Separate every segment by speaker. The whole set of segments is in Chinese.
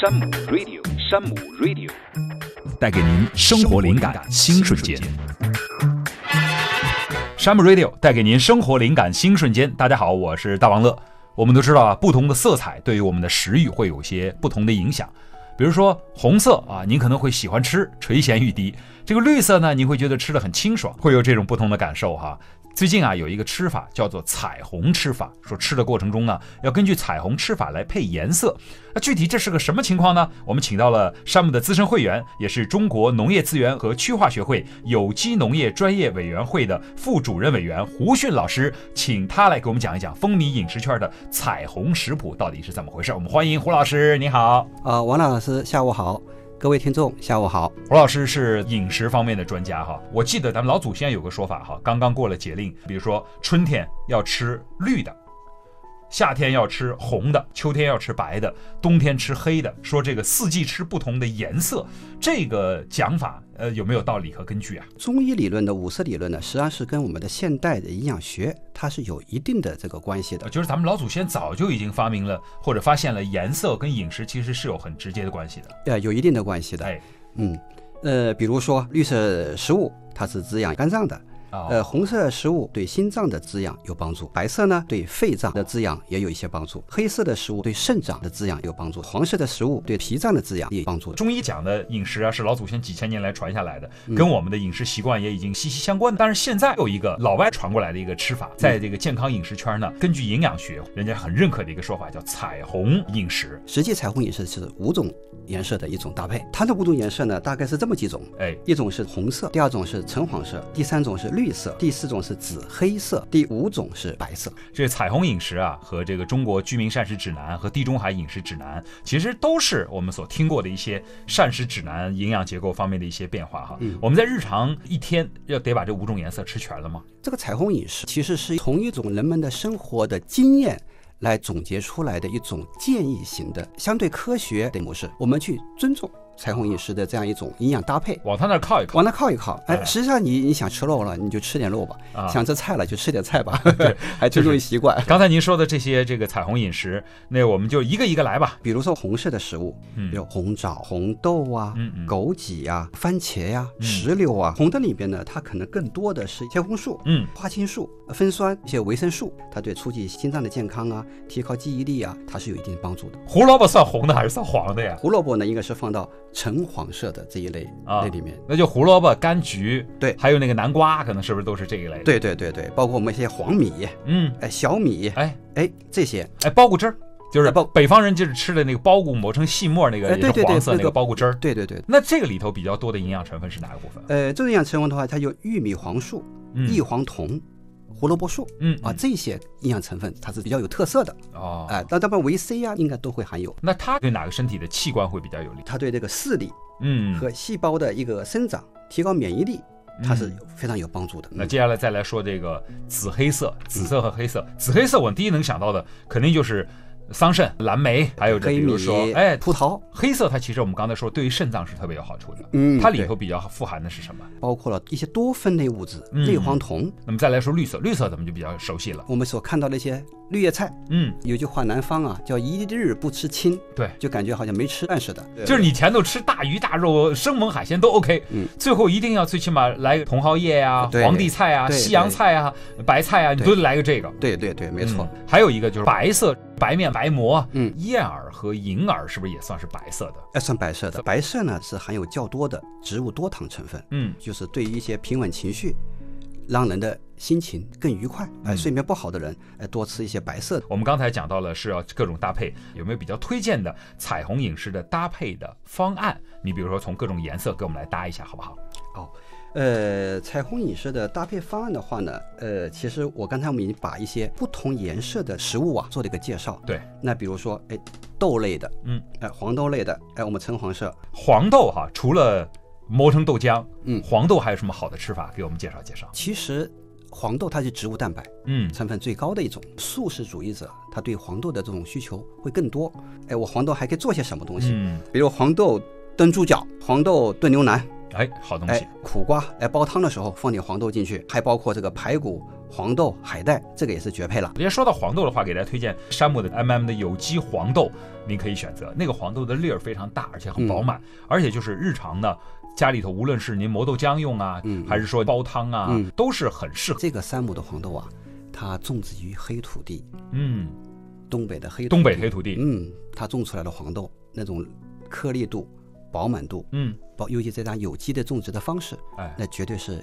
Speaker 1: 山姆 Radio，山姆 Radio，
Speaker 2: 带给您生活灵感新瞬间。山姆 Radio 带给您生活灵感新瞬间。大家好，我是大王乐。我们都知道啊，不同的色彩对于我们的食欲会有些不同的影响。比如说红色啊，您可能会喜欢吃，垂涎欲滴；这个绿色呢，您会觉得吃的很清爽，会有这种不同的感受哈、最近啊，有一个吃法叫做彩虹吃法，说吃的过程中呢，要根据彩虹吃法来配颜色。那具体这是个什么情况呢？我们请到了山姆的资深会员，也是中国农业资源和区划学会有机农业专业委员会的副主任委员胡迅老师，请他来给我们讲一讲风靡饮食圈的彩虹食谱到底是怎么回事。我们欢迎胡老师，你好。
Speaker 3: 呃，王亮老师下午好，各位听众下午好。
Speaker 2: 胡老师是饮食方面的专家哈，我记得咱们老祖先有个说法哈，刚刚过了节令，比如说春天要吃绿的，夏天要吃红的，秋天要吃白的，冬天吃黑的，说这个四季吃不同的颜色，这个讲法呃有没有道理和根据啊？
Speaker 3: 中医理论的五色理论呢，实际上是跟我们的现代的营养学它是有一定的这个关系的
Speaker 2: 呃。就是咱们老祖先早就已经发明了或者发现了颜色跟饮食其实是有很直接的关系的。
Speaker 3: 呃，有一定的关系的。
Speaker 2: 哎，
Speaker 3: 嗯，呃，比如说绿色食物，它是滋养肝脏的；
Speaker 2: 啊、
Speaker 3: 呃，红色食物对心脏的滋养有帮助；白色呢，对肺脏的滋养也有一些帮助；黑色的食物对肾脏的滋养有帮助；黄色的食物对脾脏的滋养也有帮助。
Speaker 2: 中医讲的饮食啊，是老祖先几千年来传下来的，跟我们的饮食习惯也已经息息相关的。但是现在有一个老外传过来的一个吃法，在这个健康饮食圈呢，根据营养学，人家很认可的一个说法叫彩虹饮食。
Speaker 3: 实际彩虹饮食是五种颜色的一种搭配，它的五种颜色呢，大概是这么几种。
Speaker 2: 哎，
Speaker 3: 一种是红色，第二种是橙黄色，第三种是绿色，第四种是紫黑色，第五种是白色。
Speaker 2: 这彩虹饮食啊，和这个中国居民膳食指南和地中海饮食指南，其实都是我们所听过的一些膳食指南营养结构方面的一些变化哈。我们在日常一天要得把这五种颜色吃全了吗？
Speaker 3: 这个彩虹饮食其实是从一种人们的生活的经验来总结出来的一种建议型的、相对科学的模式，我们去尊重彩虹饮食的这样一种营养搭配。
Speaker 2: 往他那儿靠一靠。
Speaker 3: 往那靠一靠，哎，实际上你你想吃肉了，你就吃点肉吧；
Speaker 2: 啊
Speaker 3: 想吃菜了，就吃点菜吧， 还尊重习惯。
Speaker 2: 刚才您说的这些这个彩虹饮食，那我们就一个一个来吧。
Speaker 3: 比如说红色的食物，
Speaker 2: 嗯
Speaker 3: 比如红枣、红豆啊、
Speaker 2: 嗯嗯
Speaker 3: 枸杞啊、番茄呀、石榴啊。红的里边呢，它可能更多的是茄红素、
Speaker 2: 嗯，
Speaker 3: 花青素、酚酸一些维生素，它对促进心脏的健康啊、提高记忆力啊，它是有一定帮助的。
Speaker 2: 胡萝卜算红的还是算黄的呀？
Speaker 3: 胡萝卜呢，应该是放到橙黄色的这一类、
Speaker 2: 啊
Speaker 3: 那里面。
Speaker 2: 那就胡萝卜、柑橘，
Speaker 3: 对
Speaker 2: 还有那个南瓜，可能是不是都是这一类的？，
Speaker 3: 对对对对，包括我们一些黄米、
Speaker 2: 嗯，
Speaker 3: 哎小米、
Speaker 2: 哎
Speaker 3: 哎这些，
Speaker 2: 哎，苞谷汁儿，就是
Speaker 3: 哎包
Speaker 2: 北方人就是吃的那个苞谷磨成细末那个，
Speaker 3: 哎
Speaker 2: 也
Speaker 3: 对
Speaker 2: 是
Speaker 3: 对对
Speaker 2: 黄色
Speaker 3: 那
Speaker 2: 那个
Speaker 3: 个
Speaker 2: 苞谷汁儿。
Speaker 3: 对对对。
Speaker 2: 那这个里头比较多的营养成分是哪个部分？
Speaker 3: 呃，这种养成分的话，它有玉米黄素、
Speaker 2: 嗯
Speaker 3: 异黄酮、胡萝卜素。
Speaker 2: 嗯
Speaker 3: 啊，这些营养成分它是比较有特色的，
Speaker 2: 哦，
Speaker 3: 哎、那当然维 C 啊，应该都会含有。
Speaker 2: 那它对哪个身体的器官会比较有利？
Speaker 3: 它对这个视力
Speaker 2: 嗯，
Speaker 3: 和细胞的一个生长、提高免疫力，它是有非常有帮助的。
Speaker 2: 嗯那
Speaker 3: 嗯
Speaker 2: 接下来再来说这个紫黑色，紫色和黑色，紫黑色我第一能想到的肯定就是桑葚、蓝莓，还有这
Speaker 3: 黑
Speaker 2: 比
Speaker 3: 米
Speaker 2: 如说，哎，
Speaker 3: 葡萄，
Speaker 2: 黑色它其实我们刚才说对于肾脏是特别有好处的，
Speaker 3: 嗯
Speaker 2: 它里
Speaker 3: 对
Speaker 2: 头比较富含的是什么？
Speaker 3: 包括了一些多酚类物质、
Speaker 2: 嗯
Speaker 3: 类黄酮，
Speaker 2: 那么再来说绿色，绿色咱们就比较熟悉了。
Speaker 3: 我们所看到的一些绿叶菜。
Speaker 2: 嗯，
Speaker 3: 有句话，南方啊叫一日不吃青，
Speaker 2: 对，
Speaker 3: 就感觉好像没吃饭似的。
Speaker 2: 就是你前头吃大鱼大肉、生猛海鲜都 OK，、
Speaker 3: 嗯
Speaker 2: 最后一定要最起码来个茼蒿叶呀、
Speaker 3: 对
Speaker 2: 皇帝菜呀、
Speaker 3: 对
Speaker 2: 西洋菜呀、白菜啊呀，你
Speaker 3: 对
Speaker 2: 都得来个这个。
Speaker 3: 对对对，没错。
Speaker 2: 嗯还有一个就是白色，白面、白馍，
Speaker 3: 嗯
Speaker 2: 燕耳和银耳是不是也算是白色的？
Speaker 3: 哎，算白色的，白色呢是含有较多的植物多糖成分，
Speaker 2: 嗯，
Speaker 3: 就是对于一些平稳情绪，让人的心情更愉快。哎、睡眠不好的人，哎、多吃一些白色的。
Speaker 2: 我们刚才讲到了是要各种搭配，有没有比较推荐的彩虹饮食的搭配的方案？你比如说从各种颜色给我们来搭一下，好不好？
Speaker 3: 哦，呃，彩虹饮食的搭配方案的话呢，呃，其实我刚才我们已经把一些不同颜色的食物啊做了一个介绍。
Speaker 2: 对，
Speaker 3: 那比如说，哎，豆类的，
Speaker 2: 嗯，
Speaker 3: 哎、黄豆类的，哎、我们橙黄色，
Speaker 2: 黄豆哈、除了磨成豆浆，
Speaker 3: 嗯
Speaker 2: 黄豆还有什么好的吃法？给我们介绍介绍。
Speaker 3: 其实。黄豆它是植物蛋白
Speaker 2: 嗯，
Speaker 3: 成分最高的一种，素食主义者他对黄豆的这种需求会更多。哎，我黄豆还可以做些什么东西？
Speaker 2: 嗯，
Speaker 3: 比如黄豆炖猪脚、黄豆炖牛腩，
Speaker 2: 哎，好东西
Speaker 3: 哎，，苦瓜，哎，煲汤的时候放点黄豆进去，还包括这个排骨、黄豆、海带，这个也是绝配了。
Speaker 2: 别说到黄豆的话，给大家推荐山姆的 MM 的有机黄豆，您可以选择那个黄豆的粒儿非常大，而且很
Speaker 3: 嗯
Speaker 2: 饱满，而且就是日常呢，家里头无论是您磨豆浆用啊，
Speaker 3: 嗯
Speaker 2: 还是说煲汤啊，
Speaker 3: 嗯
Speaker 2: 都是很适合。
Speaker 3: 这个山姆的黄豆啊，它种植于黑土地，
Speaker 2: 嗯，
Speaker 3: 东北的黑土地
Speaker 2: 东北黑土地，
Speaker 3: 嗯，它种出来的黄豆那种颗粒度、饱满度，
Speaker 2: 嗯，
Speaker 3: 包尤其这样有机的种植的方式，
Speaker 2: 哎，
Speaker 3: 那绝对是，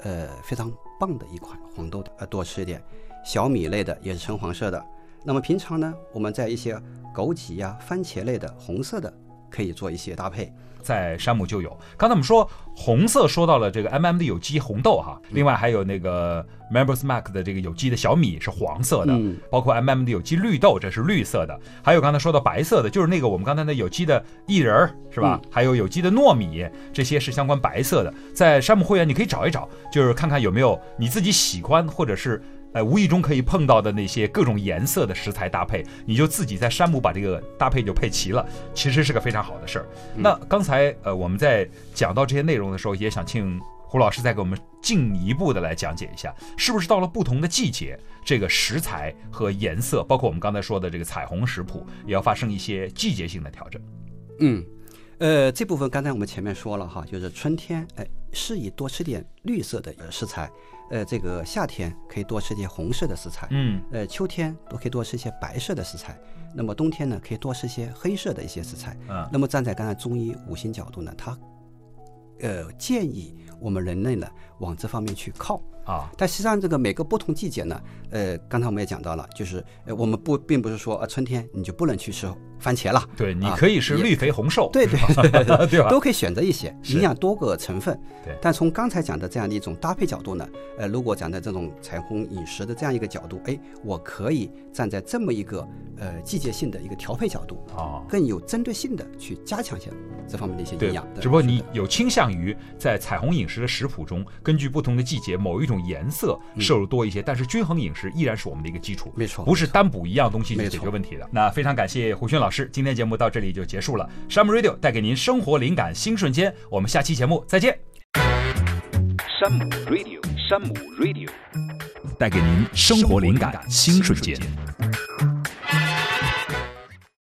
Speaker 3: 呃，非常棒的一款黄豆的，呃，多吃一点。小米类的也是橙黄色的。那么平常呢，我们在一些枸杞呀、番茄类的红色的，可以做一些搭配。
Speaker 2: 在山姆就有。刚才我们说红色说到了这个 MM 的有机红豆哈，
Speaker 3: 嗯
Speaker 2: 另外还有那个 Members Mark 的这个有机的小米是黄色的，
Speaker 3: 嗯
Speaker 2: 包括 MM 的有机绿豆这是绿色的，还有刚才说到白色的，就是那个我们刚才的有机的薏仁儿是吧？还有有机的糯米，这些是相关白色的。在山姆会员啊你可以找一找，就是看看有没有你自己喜欢或者是。呃，无意中可以碰到的那些各种颜色的食材搭配，你就自己在山姆把这个搭配就配齐了，其实是个非常好的事儿。那刚才呃我们在讲到这些内容的时候，也想请胡老师再给我们进一步的来讲解一下，是不是到了不同的季节，这个食材和颜色，包括我们刚才说的这个彩虹食谱，也要发生一些季节性的调整。
Speaker 3: 嗯，呃，这部分刚才我们前面说了哈，就是春天，哎、适宜多吃点绿色的呃食材，呃，这个夏天可以多吃点红色的食材，
Speaker 2: 嗯
Speaker 3: 呃，秋天都可以多吃一些白色的食材，那么冬天呢，可以多吃一些黑色的一些食材。
Speaker 2: 嗯
Speaker 3: 那么站在刚才中医五行角度呢，它，呃，建议我们人类呢往这方面去靠。
Speaker 2: 啊
Speaker 3: 但实际上，这个每个不同季节呢，呃，刚才我们也讲到了，就是呃，我们不并不是说啊、呃春天你就不能去吃番茄了，
Speaker 2: 对，你
Speaker 3: 啊
Speaker 2: 可以是
Speaker 3: 也
Speaker 2: 绿肥红瘦，
Speaker 3: 对对对对
Speaker 2: 对吧？ 啊
Speaker 3: 都可以选择一些
Speaker 2: 是
Speaker 3: 营养多个成分。
Speaker 2: 对
Speaker 3: 但从刚才讲的这样的一种搭配角度呢，呃，如果讲的这种彩虹饮食的这样一个角度，哎，我可以站在这么一个呃季节性的一个调配角度，
Speaker 2: 啊。
Speaker 3: 更有针对性的去加强一些这方面的一些营
Speaker 2: 对
Speaker 3: 养。，对
Speaker 2: 只不过
Speaker 3: 是
Speaker 2: 你
Speaker 3: 的
Speaker 2: 有倾向于在彩虹饮食的食谱中，根据不同的季节某一种颜色
Speaker 3: 嗯
Speaker 2: 摄入多一些，但是均衡饮食依然是我们的一个基础。
Speaker 3: 没错
Speaker 2: 不是单补一样东西去
Speaker 3: 没
Speaker 2: 解决
Speaker 3: 错
Speaker 2: 问题的。那非常感谢胡军老师，今天节目到这里就结束了。山姆 Radio 带给您生活灵感新瞬间，我们下期节目再见。
Speaker 1: some radio some radio
Speaker 2: 带给您生活灵感新瞬间。